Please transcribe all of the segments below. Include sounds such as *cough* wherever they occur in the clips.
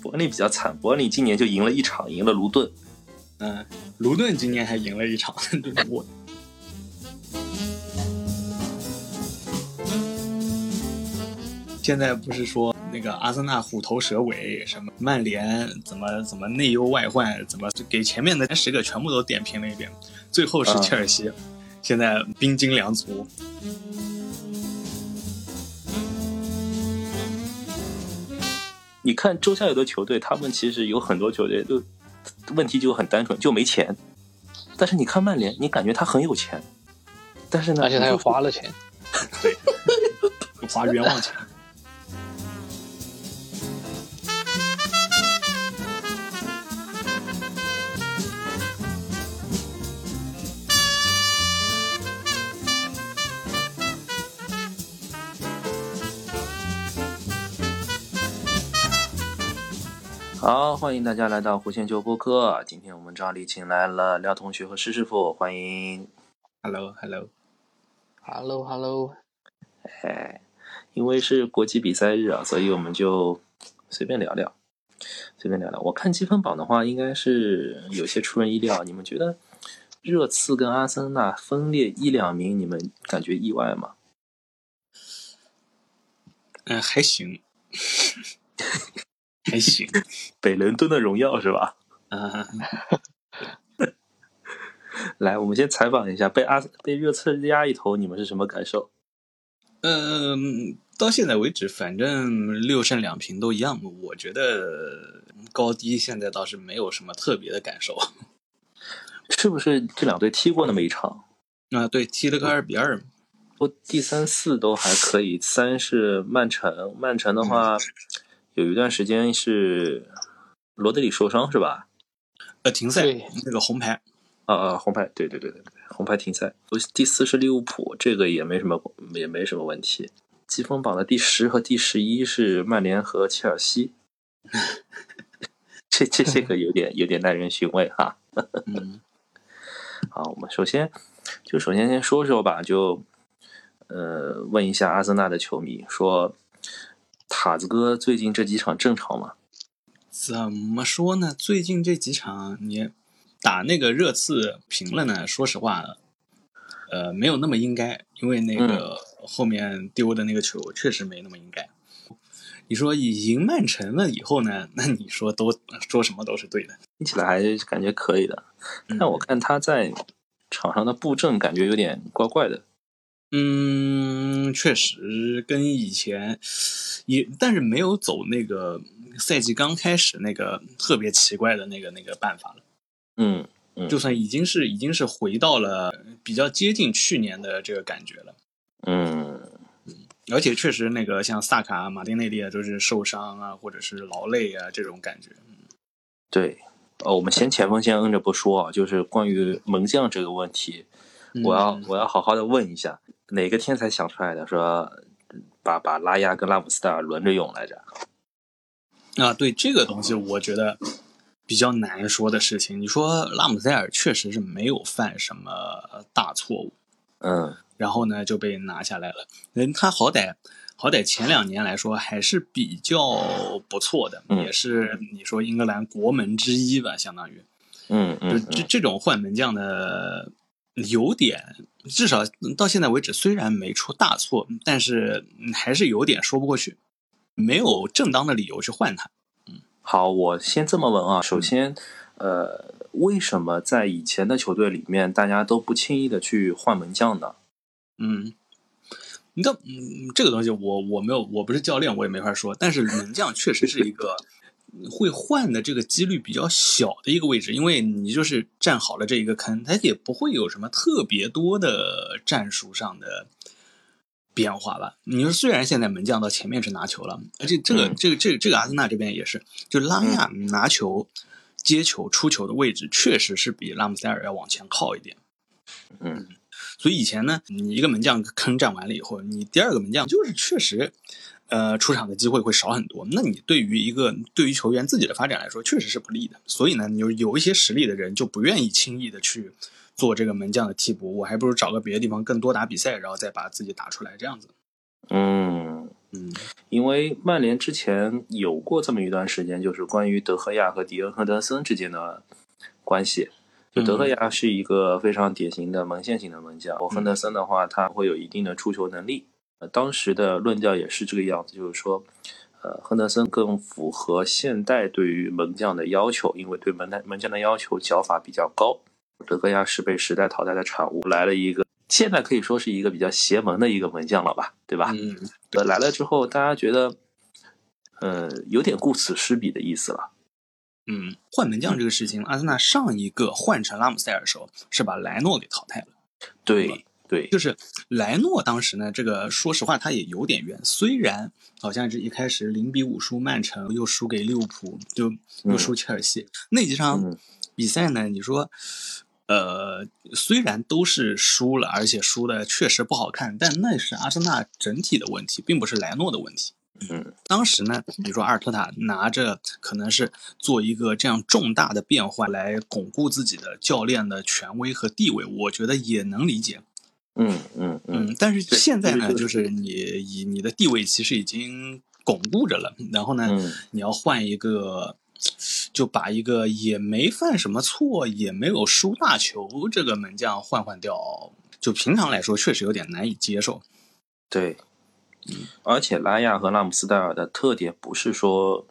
伯利比较惨，伯利今年就赢了一场，赢了卢顿。嗯，卢顿今年还赢了一场， *laughs* 我现在不是说那个阿森纳虎头蛇尾，什么曼联怎么怎么内忧外患，怎么给前面的十个全部都点评了一遍，最后是切尔西， *laughs* 现在兵精粮足。你看周下游的球队，他们其实有很多球队就问题就很单纯，就没钱。但是你看曼联，你感觉他很有钱，但是呢，而且他又花了钱，对，花冤枉钱。好，欢迎大家来到弧线球播客。今天我们照例请来了廖同学和施师傅，欢迎。 Hello，Hello，Hello，Hello，哎，因为是国际比赛日啊，所以我们就随便聊聊，随便聊聊。我看积分榜的话，应该是有些出人意料。你们觉得热刺跟阿森纳分列一两名，你们感觉意外吗？嗯，还行， *laughs* 还行。 *laughs* 北伦敦的荣耀是吧？啊，来，我们先采访一下，被阿被热刺压一头，你们是什么感受？嗯，到现在为止，反正六胜两平都一样嘛。我觉得高低现在倒是没有什么特别的感受。是不是这两队踢过那么一场？啊，对，踢了个二比二嘛。不，第三四都还可以，三是曼城，曼城的话、有一段时间是罗德里受伤是吧？呃，停赛对那个红牌，啊啊，红牌，对对对对对，红牌停赛。第四是利物浦，这个也没什么，也没什么问题。积分榜的第十和第十一是曼联和切尔 *laughs* 西，这这这个有点有点耐人寻味哈、嗯，好，我们首先就首先先说说吧，就呃问一下阿森纳的球迷，说塔子哥最近这几场正常吗？怎么说呢？最近这几场你打那个热刺平了呢，说实话，呃，没有那么应该，因为那个后面丢的那个球确实没那么应该。你说赢曼城了以后呢？那你说都说什么都是对的。听起来还是感觉可以的，但我看他在场上的布阵感觉有点怪怪的。嗯，确实跟以前也，但是没有走那个赛季刚开始那个特别奇怪的那个那个办法了。嗯，就算已经是已经是回到了比较接近去年的这个感觉了。嗯，而且确实，那个像萨卡、马丁内利啊，都是受伤啊，或者是劳累啊这种感觉。对，呃，我们先前锋先摁着不说啊，就是关于门将这个问题，我要嗯我要好好的问一下，哪个天才想出来的？说把把拉亚跟拉姆斯戴尔轮着用来着？啊，对这个东西，我觉得比较难说的事情。你说拉姆塞尔确实是没有犯什么大错误，嗯然后呢就被拿下来了。人他好歹好歹前两年来说还是比较不错的，嗯也是你说英格兰国门之一吧，相当于。嗯就嗯这这种换门将的有点，至少到现在为止，虽然没出大错，但是嗯还是有点说不过去，没有正当的理由去换他。好，我先这么问啊，首先，呃，为什么在以前的球队里面，大家都不轻易的去换门将呢？嗯，你知道，嗯，这个东西我我没有，我不是教练，我也没法说。但是门将确实是一个会换的这个几率比较小的一个位置，因为你就是站好了这一个坑，它也不会有什么特别多的战术上的。变化吧。你说，虽然现在门将到前面去拿球了，而且这个、嗯这个这个这个阿森纳这边也是，就拉亚拿球、接球、出球的位置确实是比拉姆塞尔要往前靠一点。嗯，所以以前呢，你一个门将坑占完了以后，你第二个门将就是确实，呃，出场的机会会少很多。那你对于一个对于球员自己的发展来说，确实是不利的。所以呢，有有一些实力的人就不愿意轻易的去做这个门将的替补，我还不如找个别的地方更多打比赛，然后再把自己打出来这样子。嗯，嗯因为曼联之前有过这么一段时间，就是关于德赫亚和迪恩亨德森之间的关系。就德嗯赫亚是一个非常典型的门线型的门将，我亨德森的话，他会有一定的出球能力。呃，当时的论调也是这个样子，就是说，呃，亨德森更符合现代对于门将的要求，因为对门的门将的要求脚法比较高。德赫亚是被时代淘汰的产物，来了一个现在可以说是一个比较邪门的一个门将了吧，对吧？嗯，对，来了之后，大家觉得，呃，有点顾此失彼的意思了。嗯，换门将这个事情，阿森纳上一个换成拉姆塞尔的时候是把莱诺给淘汰了。对对，就是莱诺当时呢，这个说实话他也有点冤，虽然好像是一开始零比五输曼城，又输给利物浦，就又输切尔西、那几场嗯比赛呢，你说，呃，虽然都是输了，而且输的确实不好看，但那是阿森纳整体的问题，并不是莱诺的问题。嗯，当时呢，你说阿尔特塔拿着可能是做一个这样重大的变化来巩固自己的教练的权威和地位，我觉得也能理解。嗯嗯嗯，嗯，但是对现在呢，就是就是你以你的地位其实已经巩固着了，然后呢，嗯你要换一个，就把一个也没犯什么错，也没有输大球这个门将换换掉，就平常来说确实有点难以接受。对。而且拉亚和拉姆斯戴尔的特点不是说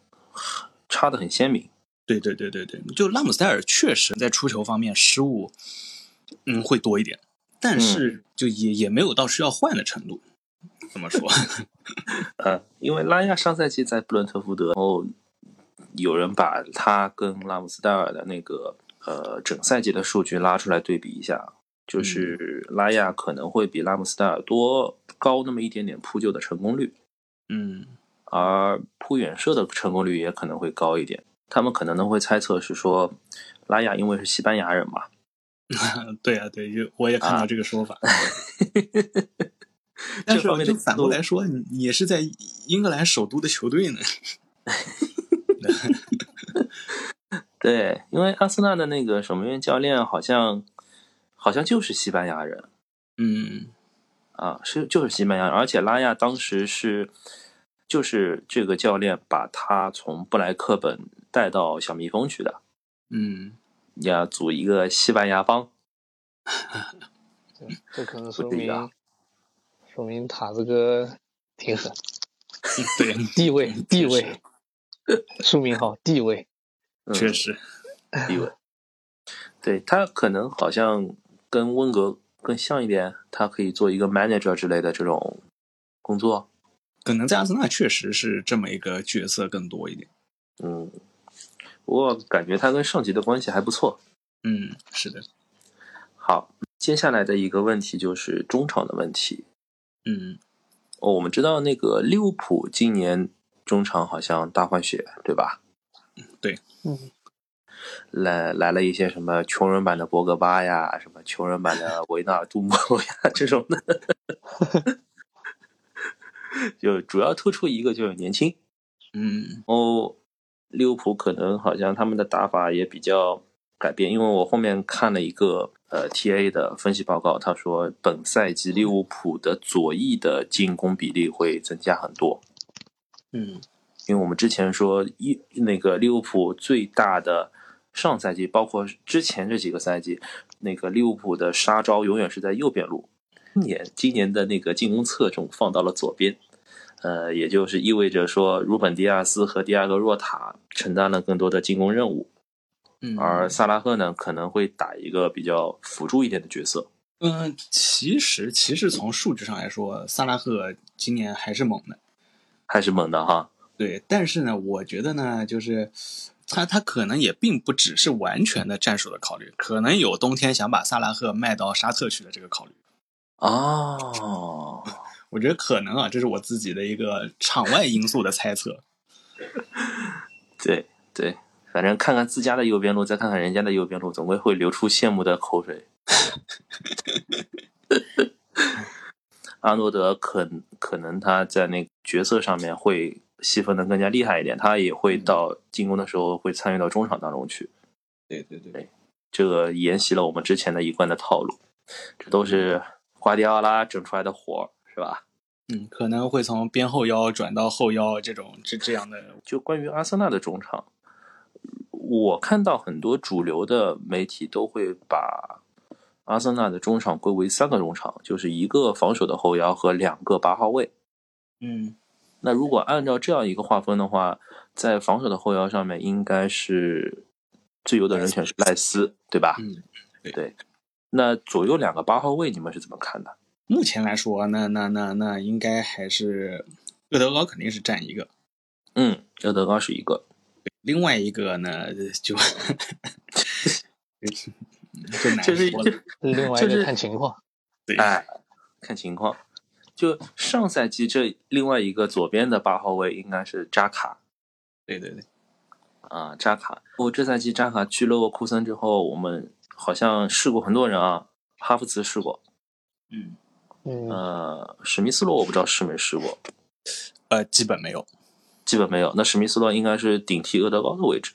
差的很鲜明。对对对对对，就拉姆塞尔确实在出球方面失误，嗯，会多一点，嗯但是就也、也没有到需要换的程度。怎么说？呃，因为拉亚上赛季在布伦特福德，然后有人把他跟拉姆斯戴尔的那个呃整赛季的数据拉出来对比一下，就是拉亚可能会比拉姆斯戴尔多高那么一点点扑救的成功率，嗯而扑远射的成功率也可能会高一点。他们可能呢会猜测是说，拉亚因为是西班牙人嘛，对啊，对，就我也看到这个说法。但是这方面的就反过来说，你你也是在英格兰首都的球队呢。对，因为阿森纳的那个守门员教练好像好像就是西班牙人， *laughs* 嗯啊，是就是西班牙人，而且拉亚当时是就是这个教练把他从布莱克本带到小蜜蜂去的，嗯，要组一个西班牙帮。这这可能说不至于啊明说明塔子哥挺狠，对，地位地确位，书名好地位，嗯、确实，地位。对他可能好像跟温格更像一点，他可以做一个 manager 之类的这种工作。可能在阿森纳确实是这么一个角色更多一点。嗯，不过感觉他跟上级的关系还不错。嗯，是的，好，接下来的一个问题就是中场的问题。嗯，哦，我们知道那个利物浦今年中场好像大换血，对吧？嗯，来来了一些什么穷人版的博格巴呀，什么穷人版的维纳尔杜姆呀 *laughs* 这种的， *laughs* 就主要突出一个就是年轻。嗯，然后哦利物浦可能好像他们的打法也比较改变，因为我后面看了一个呃 TA 的分析报告，他说本赛季利物浦的左翼的进攻比例会增加很多。嗯，因为我们之前说一那个利物浦最大的上赛季，包括之前这几个赛季，那个利物浦的杀招永远是在右边路。今年今年的那个进攻侧重放到了左边，呃，也就是意味着说，鲁本·迪亚斯和迪亚戈·若塔承担了更多的进攻任务，嗯，而萨拉赫呢可能会打一个比较辅助一点的角色。嗯，其实其实从数据上来说，萨拉赫今年还是猛的。还是猛的哈，对，但是呢，我觉得呢，就是他他可能也并不只是完全的战术的考虑，可能有冬天想把萨拉赫卖到沙特去的这个考虑。哦，我觉得可能啊，这是我自己的一个场外因素的猜测。对对，反正看看自家的右边路，再看看人家的右边路，总归会流出羡慕的口水。阿诺德可可能他在那个角色上面会细分的更加厉害一点，他也会到进攻的时候会参与到中场当中去， *laughs* 对对对，这个沿袭了我们之前的一贯的套路，这都是瓜迪奥拉整出来的活儿，是吧？嗯，可能会从边后腰转到后腰这种这这样的，就关于阿森纳的中场，我看到很多主流的媒体都会把阿森纳的中场归为三个中场，就是一个防守的后腰和两个八号位。嗯那如果按照这样一个划分的话，在防守的后腰上面应该是最优的人选是赖斯，对吧？嗯，对。那左右两个八号位你们是怎么看的？目前来说，那那那那应该还是厄德高肯定是占一个，嗯，厄德高是一个，另外一个呢就 *laughs* 就难就是说了，另外就一是个看情况，对，哎，看情况。就上赛季这另外一个左边的八号位应该是扎卡，对对对，啊，扎卡。我这赛季扎卡去勒沃库森之后，我们好像试过很多人啊，哈弗茨试过，嗯，嗯，呃，史密斯洛我不知道试没试过，呃，基本没有，基本没有。那史密斯洛应该是顶替厄德高的位置。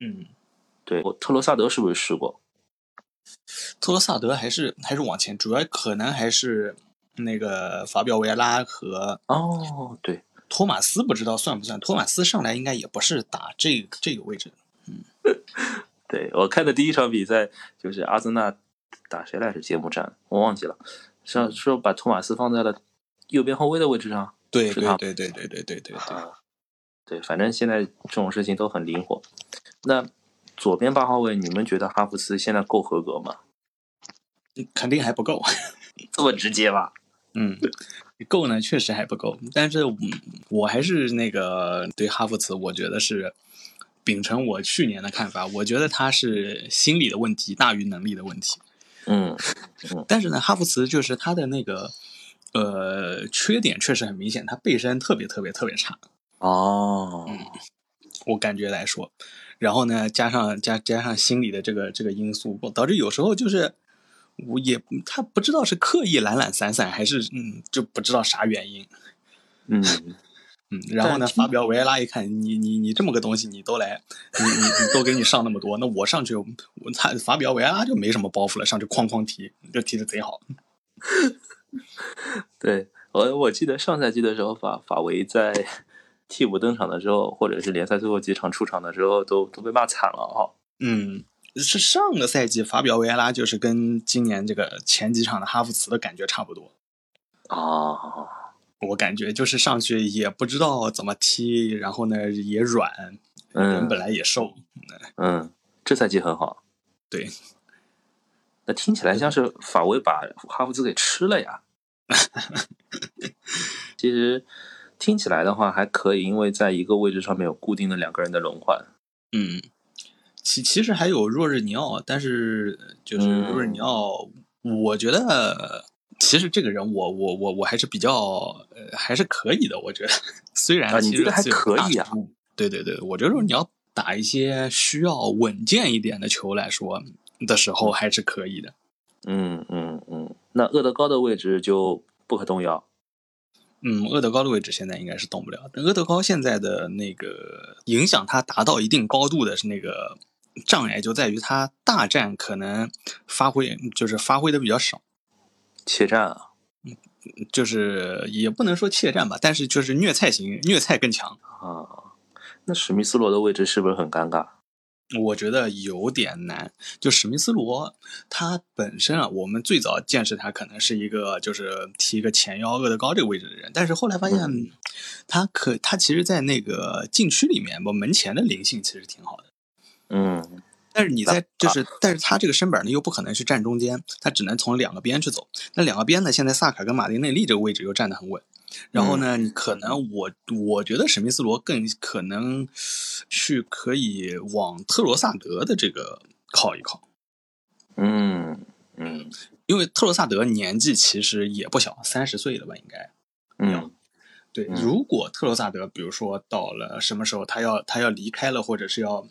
嗯，对，我特罗萨德是不是试过？特罗萨德还是还是往前，主要可能还是那个法比奥维拉和哦，对，托马斯，不知道算不算？托马斯上来应该也不是打这个这个位置的，对我看的第一场比赛就是阿森纳打谁来着？揭幕战我忘记了，是说把托马斯放在了右边后卫的位置上。对是对他对对对对对对对，啊，对，反正现在这种事情都很灵活。那左边八号位，你们觉得哈弗茨现在够合格吗？嗯肯定还不 *laughs* 够。这么直接吧？嗯，够呢，确实还不够。但是我我还是那个对哈弗茨，我觉得是秉承我去年的看法，我觉得他是心理的问题大于能力的问题。嗯但是呢，哈弗茨就是他的那个呃缺点确实很明显，他背身特别特别特别差，哦，我感觉来说。然后呢，加上加加上心理的这个这个因素，导致有时候就是。我也他不知道是刻意懒懒散散，还是嗯就不知道啥原因，嗯，嗯，然后呢，但法比奥维拉一看，你你你这么个东西，你都来，你你你都给你上那么多，那我上去，我他法比奥维拉就没什么包袱了，上去哐哐踢，就踢的贼好。对我我记得上赛季的时候，法法维在替补登场的时候，或者是联赛最后几场出场的时候，都都被骂惨了哈、嗯，是上个赛季法比奥维拉就是跟今年这个前几场的哈弗茨的感觉差不多，哦，我感觉就是上去也不知道怎么踢，然后呢也软，人嗯本来也瘦，嗯，这赛季很好。对，那听起来像是法维把哈弗茨给吃了呀。其实听起来的话还可以，因为在一个位置上面有固定的两个人的轮换。嗯，其其实还有若日尼奥，但是就是嗯若日尼奥，我觉得其实这个人我我我我还是比较呃还是可以的，我觉得 *laughs* 虽然啊你其觉实得还自由可以啊大叔？对对对，我觉得若日尼奥打一些需要稳健一点的球来说的时候还是可以的。嗯嗯嗯，那厄德高的位置就不可动摇。嗯，厄德高的位置现在应该是动不了。但厄德高现在的那个影响他达到一定高度的是那个障碍，就在于他大战可能发挥就是发挥的比较少，怯战啊，就是也不能说怯战吧，但是就是虐菜型，虐菜更强。啊，那史密斯罗的位置是不是很尴尬？我觉得有点难。就史密斯罗他本身啊，我们最早见识他可能是一个就是踢一个前腰厄德高这个位置的人，但是后来发现嗯他可他其实，在那个禁区里面，我门前的灵性其实挺好的。嗯但是你在就是，但是他这个身板呢又不可能去站中间，他只能从两个边去走。那两个边呢，现在萨卡跟马丁内利这个位置又站得很稳。然后呢，你可能我我觉得史密斯罗更可能去可以往特罗萨德的这个靠一靠，嗯嗯因为特罗萨德年纪其实也不小，三十岁了吧应该。嗯对，嗯如果特罗萨德，比如说到了什么时候他要他要离开了，或者是要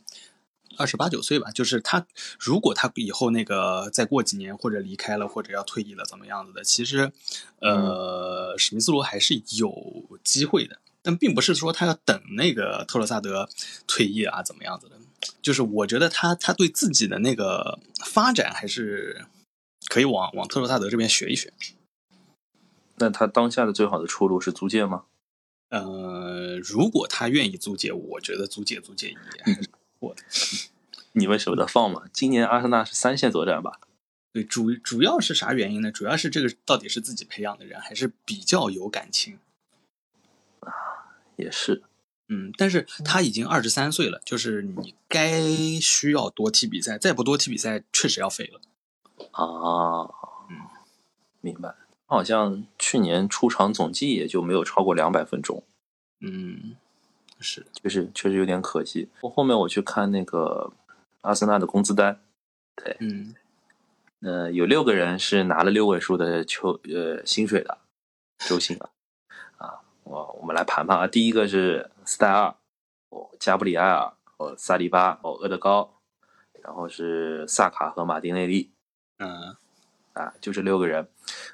二十八九岁吧，就是他如果他以后那个再过几年或者离开了，或者要退役了怎么样子的，其实呃，史密斯罗还是有机会的，但并不是说他要等那个特罗萨德退役啊怎么样子的，就是我觉得他他对自己的那个发展还是可以往往特罗萨德这边学一学。那他当下的最好的出路是租借吗？呃，如果他愿意租借，我觉得租借租借也还是不错的。你们舍不得放吗？今年阿森纳是三线作战吧？对，主主要是啥原因呢？主要是这个到底是自己培养的人，还是比较有感情。也是，嗯，但是他已经二十三岁了，就是你该需要多踢比赛，再不多踢比赛，确实要废了。啊，明白。好像去年出场总计也就没有超过两百分钟，嗯，是，就是确实有点可惜。我后面我去看那个阿森纳的工资单，嗯，呃，有六个人是拿了六位数的球呃薪水的周薪啊。啊，我我们来盘盘啊，第一个是斯戴尔，哦，加布里埃尔，哦，萨利巴，哦，厄德高，然后是萨卡和马丁内利，嗯，啊，就这六个人。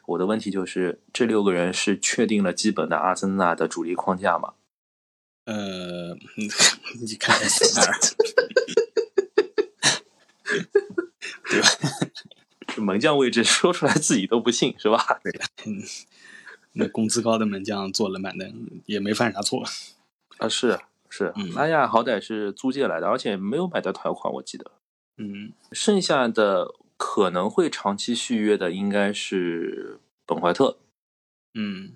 我的问题就是，这六个人是确定了基本的阿森纳的主力框架吗？呃，你看 *laughs* 在哪儿？ *laughs* 这门将位置 *laughs* 说出来自己都不信是吧？那工资高的门将坐冷板凳也没犯啥错。啊，是是嗯，拉亚好歹是租借来的，而且没有买到条款，我记得。嗯，剩下的可能会长期续约的应该是本怀特，嗯，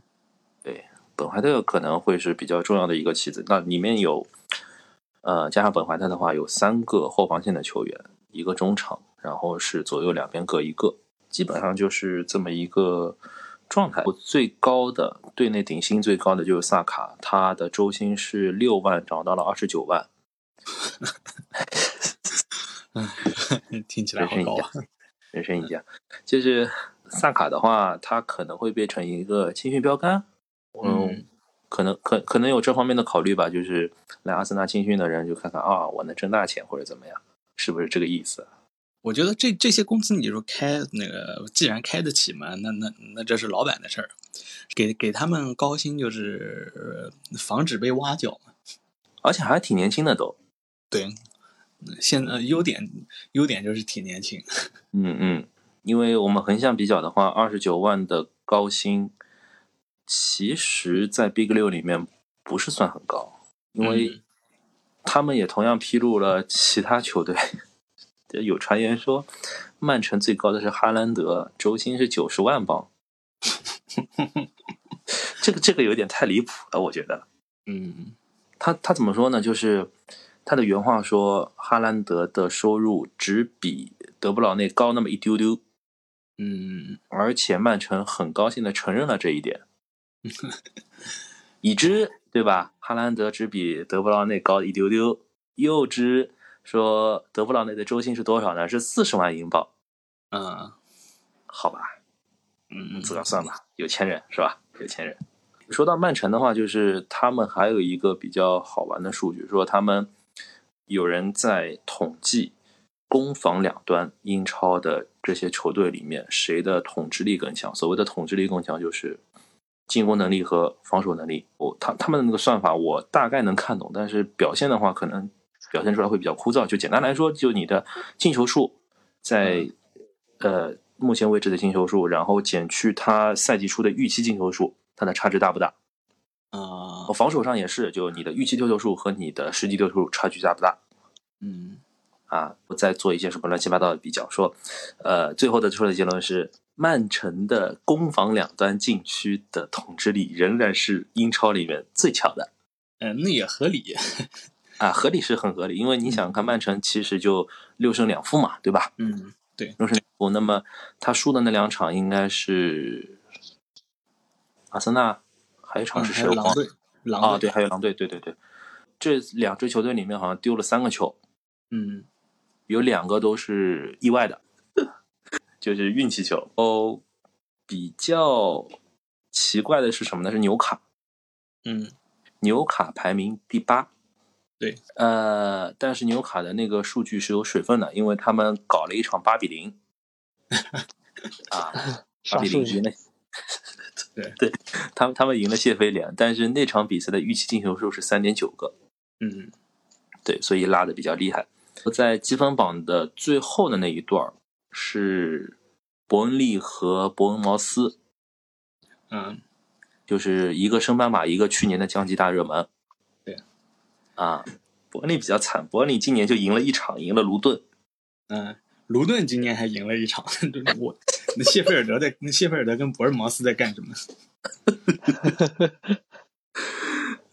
本怀特可能会是比较重要的一个棋子。那里面有，呃，加上本怀特的话，有三个后防线的球员，一个中场，然后是左右两边各一个，基本上就是这么一个状态。我最高的队内顶薪最高的就是萨卡，他的周薪是六万，涨到了二十九万。听起来好高啊。人 *laughs* 生赢家。就是萨卡的话，他可能会变成一个青训标杆，嗯，可能可可能有这方面的考虑吧，就是来阿森纳青训的人就看看啊，我能挣大钱或者怎么样，是不是这个意思？啊我觉得这这些工资你说开那个，既然开得起嘛，那那那这是老板的事儿，给给他们高薪就是呃防止被挖角嘛。而且还挺年轻的都，对，现在优点优点就是挺年轻。嗯嗯，因为我们横向比较的话，二十九万的高薪，其实在 Big 六里面不是算很高，因为他们也同样披露了其他球队，这有传言说曼城最高的是哈兰德，周薪是九十万镑， *laughs* 这个这个有点太离谱了，我觉得。嗯他他怎么说呢？就是他的原话说，哈兰德的收入只比德布劳内高那么一丢丢，嗯而且曼城很高兴的承认了这一点，已知对吧？哈兰德只比德布劳内高一丢丢，又知说德布劳内的周薪是多少呢？是四十万英镑，啊好吧，嗯，自个儿算吧，有钱人是吧？有钱人。说到曼城的话，就是他们还有一个比较好玩的数据，说他们有人在统计攻防两端英超的这些球队里面，谁的统治力更强。所谓的统治力更强，就是进攻能力和防守能力。我、他他们的那个算法我大概能看懂，但是表现的话，可能表现出来会比较枯燥。就简单来说，就你的进球数在、呃目前为止的进球数，然后减去他赛季初的预期进球数，它的差值大不大？啊防守上也是，就你的预期丢球数和你的实际丢球数差距大不大？嗯啊，我再做一些什么乱七八糟的比较，说，呃，最后得出的结论是，曼城的攻防两端禁区的统治力仍然是英超里面最强的呃，那也合理。啊，合理是很合理，因为你想想看，曼城其实就六胜两负嘛，对吧？嗯六胜两负，那么他输的那两场应该是阿森纳，还有一场啊是还谁？有我狼忘了队，狼啊，队对，，还有狼队，对对对，这两支球队里面好像丢了三个球，嗯有两个都是意外的， *laughs* 就是运气球。哦，比较奇怪的是什么呢？是纽卡，嗯纽卡排名第八。对，。呃，但是纽卡的那个数据是有水分的，因为他们搞了一场八比零，啊，八上比数零据赢了 *laughs* 对对，他们他们赢了谢菲联，但是那场比赛的预期进球数是三点九个，嗯对，所以拉的比较厉害。在积分榜的最后的那一段儿是伯恩利和伯恩茅斯，嗯，就是一个升班马，一个去年的降级大热门。对，啊，伯恩利比较惨，伯恩利今年就赢了一场，赢了卢顿。嗯，卢顿今年还赢了一场， *laughs* 就是我那谢菲尔德在那谢菲尔德跟博尔茅斯在干什么？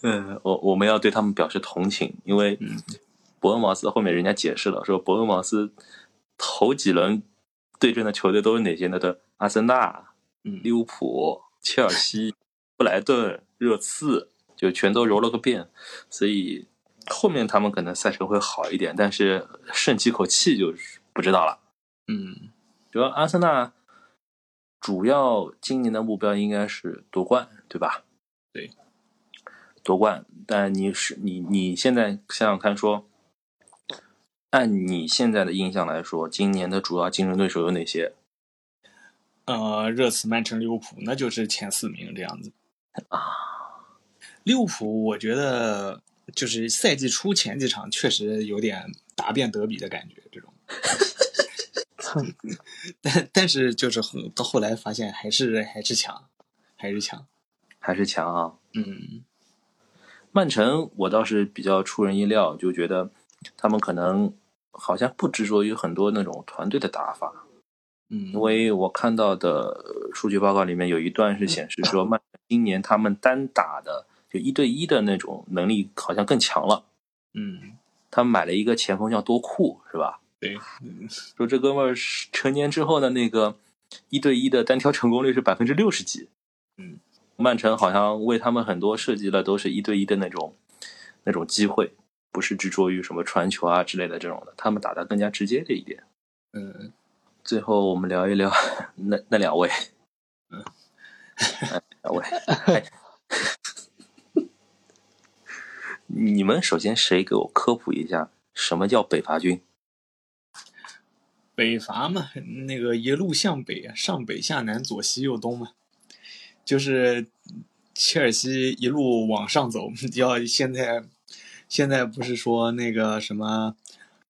嗯，我我们要对他们表示同情，因为嗯伯恩茅斯后面人家解释了，说伯恩茅斯头几轮对阵的球队都是哪些呢？的阿森纳、嗯利物浦、切尔西、布莱顿、热刺，就全都揉了个遍，所以后面他们可能赛程会好一点，但是剩几口气就是不知道了。嗯主要阿森纳主要今年的目标应该是夺冠，对吧？对，夺冠。但你是你你现在想想看说，按你现在的印象来说，今年的主要竞争对手有哪些呃，热刺、曼城、利物浦那就是前四名这样子。啊？利物浦我觉得就是赛季初前几场确实有点答辩德比的感觉，这种。但但是就是很到后来发现还是还是强，还是强。还是强啊？嗯曼城我倒是比较出人意料，就觉得他们可能好像不执着于很多那种团队的打法，嗯，因为我看到的呃数据报告里面有一段是显示说，曼城今年他们单打的就一对一的那种能力好像更强了。嗯他们买了一个前锋叫多库，是吧？对，嗯说这哥们儿是成年之后的那个一对一的单挑成功率是百分之六十几。嗯，曼城好像为他们很多设计了都是一对一的那种那种机会，不是执着于什么传球啊之类的这种的，他们打得更加直接这一点。嗯最后我们聊一聊 *laughs* 那那两位，嗯哎，两位，哎 *laughs* 你们首先谁给我科普一下什么叫北伐军？北伐嘛，那个一路向北啊，上北下南，左西右东嘛，就是切尔西一路往上走。 *laughs* 要现在现在不是说那个什么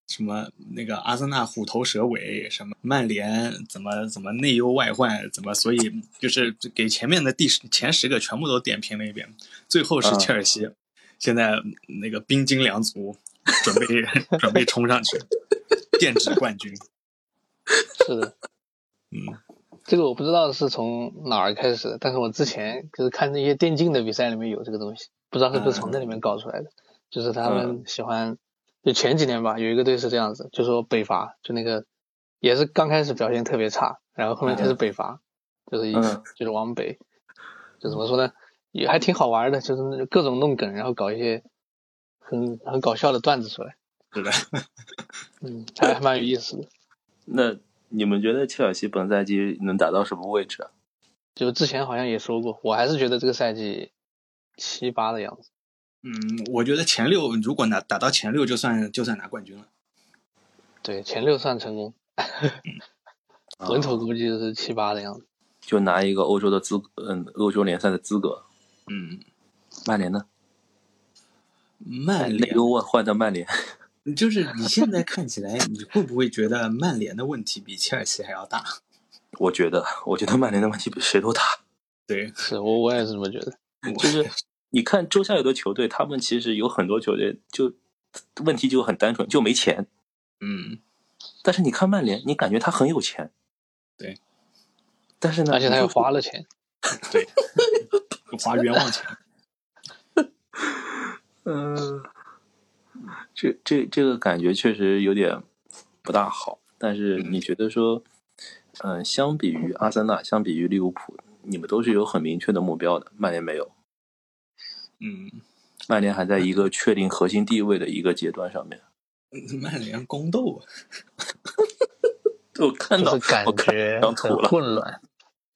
什么那个阿森纳虎头蛇尾，什么曼联怎么怎么内忧外患，怎么所以就是给前面的第十前十个全部都点评了一遍，最后是啊切尔西，现在那个兵精粮足，准备准备冲上去，剑指冠军。是的，嗯这个我不知道是从哪儿开始的，但是我之前就是看那些电竞的比赛里面有这个东西，不知道是不是从那里面搞出来的，就是他们喜欢，就前几年吧，有一个队是这样子，就说北伐，就那个也是刚开始表现特别差，然后后面开始北伐，就是一、嗯就是往北，就怎么说呢，也还挺好玩的，就是那各种弄梗，然后搞一些很很搞笑的段子出来，是的，嗯，还还蛮有意思的。那你们觉得切尔西本赛季能打到什么位置啊？就之前好像也说过，我还是觉得这个赛季七八的样子。嗯，我觉得前六如果拿打到前六，就算就算拿冠军了。对，前六算成功，嗯稳妥估计就是七八的样子。就拿一个欧洲的资格，嗯，欧洲联赛的资格。嗯，曼联呢？曼内联忧外患的曼联，就是你现在看起来，你会不会觉得曼联的问题比切尔西还要大？我觉得，我觉得曼联的问题比谁都大。对，是我我也是这么觉得。就是你看周下游的球队，他们其实有很多球队就问题就很单纯，就没钱。嗯，但是你看曼联，你感觉他很有钱，对。但是呢，而且他你也就花了钱，对，花冤枉钱。嗯，这这这个感觉确实有点不大好。但是你觉得说，嗯、相比于阿森纳，相比于利物浦，你们都是有很明确的目标的，曼联没有，嗯，曼联还在一个确定核心地位的一个阶段上面。曼联宫斗啊，我看就到是，感我看觉到很吐了。混乱。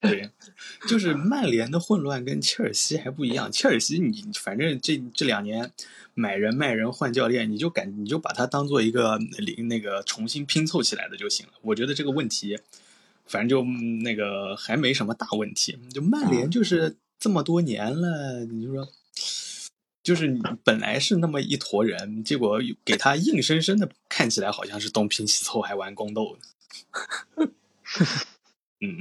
对，就是曼联的混乱跟切尔西还不一样。切尔西你反正这这两年买人卖人换教练，你就感你就把它当做一个零那个重新拼凑起来的就行了。我觉得这个问题，反正就嗯那个还没什么大问题。就曼联就是这么多年了，你就说。就是你本来是那么一坨人，结果给他硬生生的看起来好像是东拼西凑还玩宫斗呢。嗯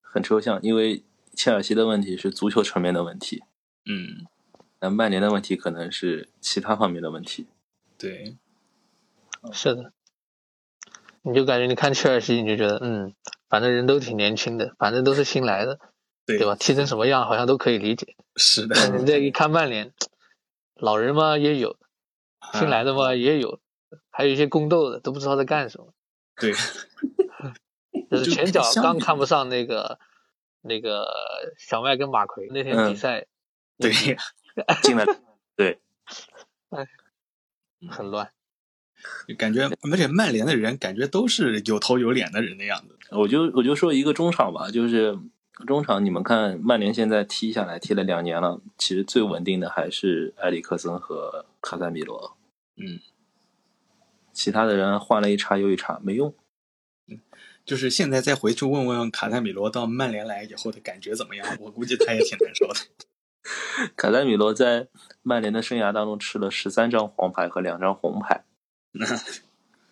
很抽象，因为切尔西的问题是足球层面的问题，嗯，那曼联的问题可能是其他方面的问题。对，嗯是的，你就感觉你看切尔西，你就觉得嗯，反正人都挺年轻的，反正都是新来的，对对吧？踢成什么样好像都可以理解。是的，但嗯是这一看曼联，老人嘛也有，新哦来啊、的嘛也有，还有一些宫斗的都不知道在干什么。对， *laughs* 就是前脚就刚看不上那个那个小麦跟马奎那天嗯比赛对，进来，很乱，就感觉而且曼联的人感觉都是有头有脸的人的样子。我就我就说一个中场吧，就是中场，你们看曼联现在踢下来踢了两年了，其实最稳定的还是埃里克森和卡塞米罗，嗯，其他的人换了一茬又一茬，没用。就是现在再回去问问卡塞米罗到曼联来以后的感觉怎么样，我估计他也挺难受的。卡塞米罗在曼联的生涯当中吃了十三张黄牌和两张红牌，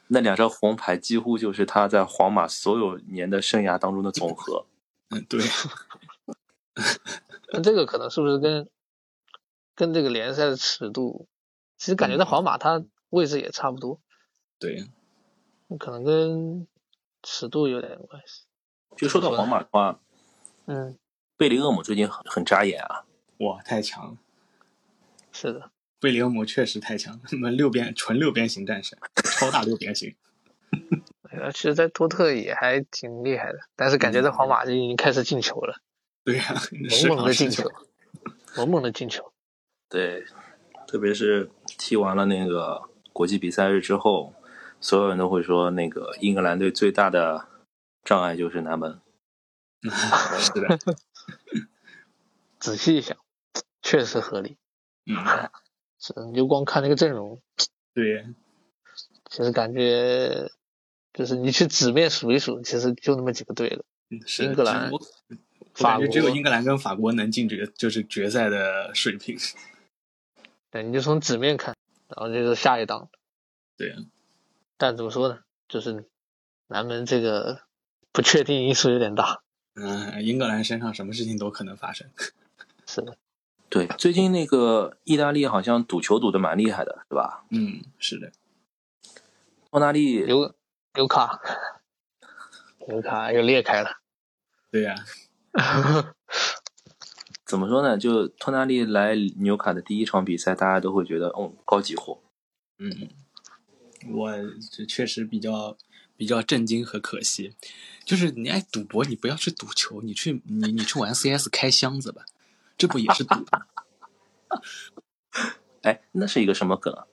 那两张红牌几乎就是他在皇马所有年的生涯当中的总和。嗯，对，那这个可能是不是跟跟这个联赛的尺度，其实感嗯觉在皇马他位置也差不多，对，可能跟尺度有点关系。就说到皇马的话，嗯，贝林厄姆最近很很扎眼啊，哇，太强了。是的，贝林厄姆确实太强了，那么六边纯六边形战士，超大六边形。呃其实，在多特也还挺厉害的，但是嗯感觉在皇马就已经开始进球了，对啊呀、时猛猛常的失进球球。，猛猛的进球。对，特别是踢完了那个国际比赛日之后，所有人都会说，那个英格兰队最大的障碍就是南门。是的，仔细一想，确实合理。嗯，是的，你就光看那个阵容，对，其实感觉就是你去纸面数一数，其实就那么几个队了。嗯是的英格兰其实我我法感国觉，只有英格兰跟法国能进决，就是决赛的水平。对，你就从纸面看，然后就是下一档。对，啊但怎么说呢，就是南门这个不确定因素有点大。嗯，英格兰身上什么事情都可能发生。是的，对，最近那个意大利好像赌球赌的蛮厉害的，是吧？嗯， *laughs* 是的，托纳利刘刘卡，刘卡又裂开了。 *laughs* 对呀、怎么说呢？就托纳利来纽卡的第一场比赛，大家都会觉得，哦，高级货。嗯，我这确实比较比较震惊和可惜，就是你爱赌博，你不要去赌球，你去你你去玩 CS 开箱子吧，这不也是赌吗？ *laughs* 哎，那是一个什么梗啊？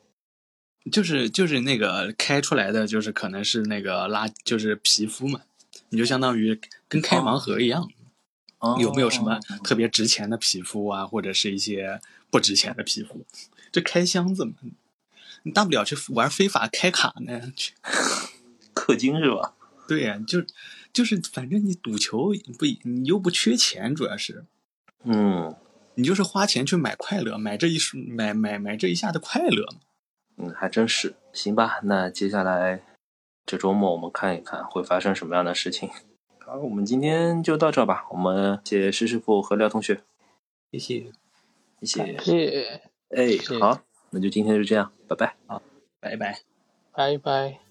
就是就是那个开出来的，就是可能是那个垃，就是皮肤嘛，你就相当于跟开盲盒一样，哦有没有什么特别值钱的皮肤啊，或者是一些不值钱的皮肤？这开箱子嘛，你大不了去玩非法开卡呢，去。氪金是吧？对呀、就就是反正你赌球不，你又不缺钱，主要是嗯你就是花钱去买快乐，买这一瞬买买买这一下的快乐嘛。嗯，还真是。行吧，那接下来这周末我们看一看会发生什么样的事情。好，我们今天就到这吧。我们谢谢施师傅和廖同学，谢谢，谢谢。谢，哎谢，好，那就今天就这样，拜拜。拜拜。拜拜。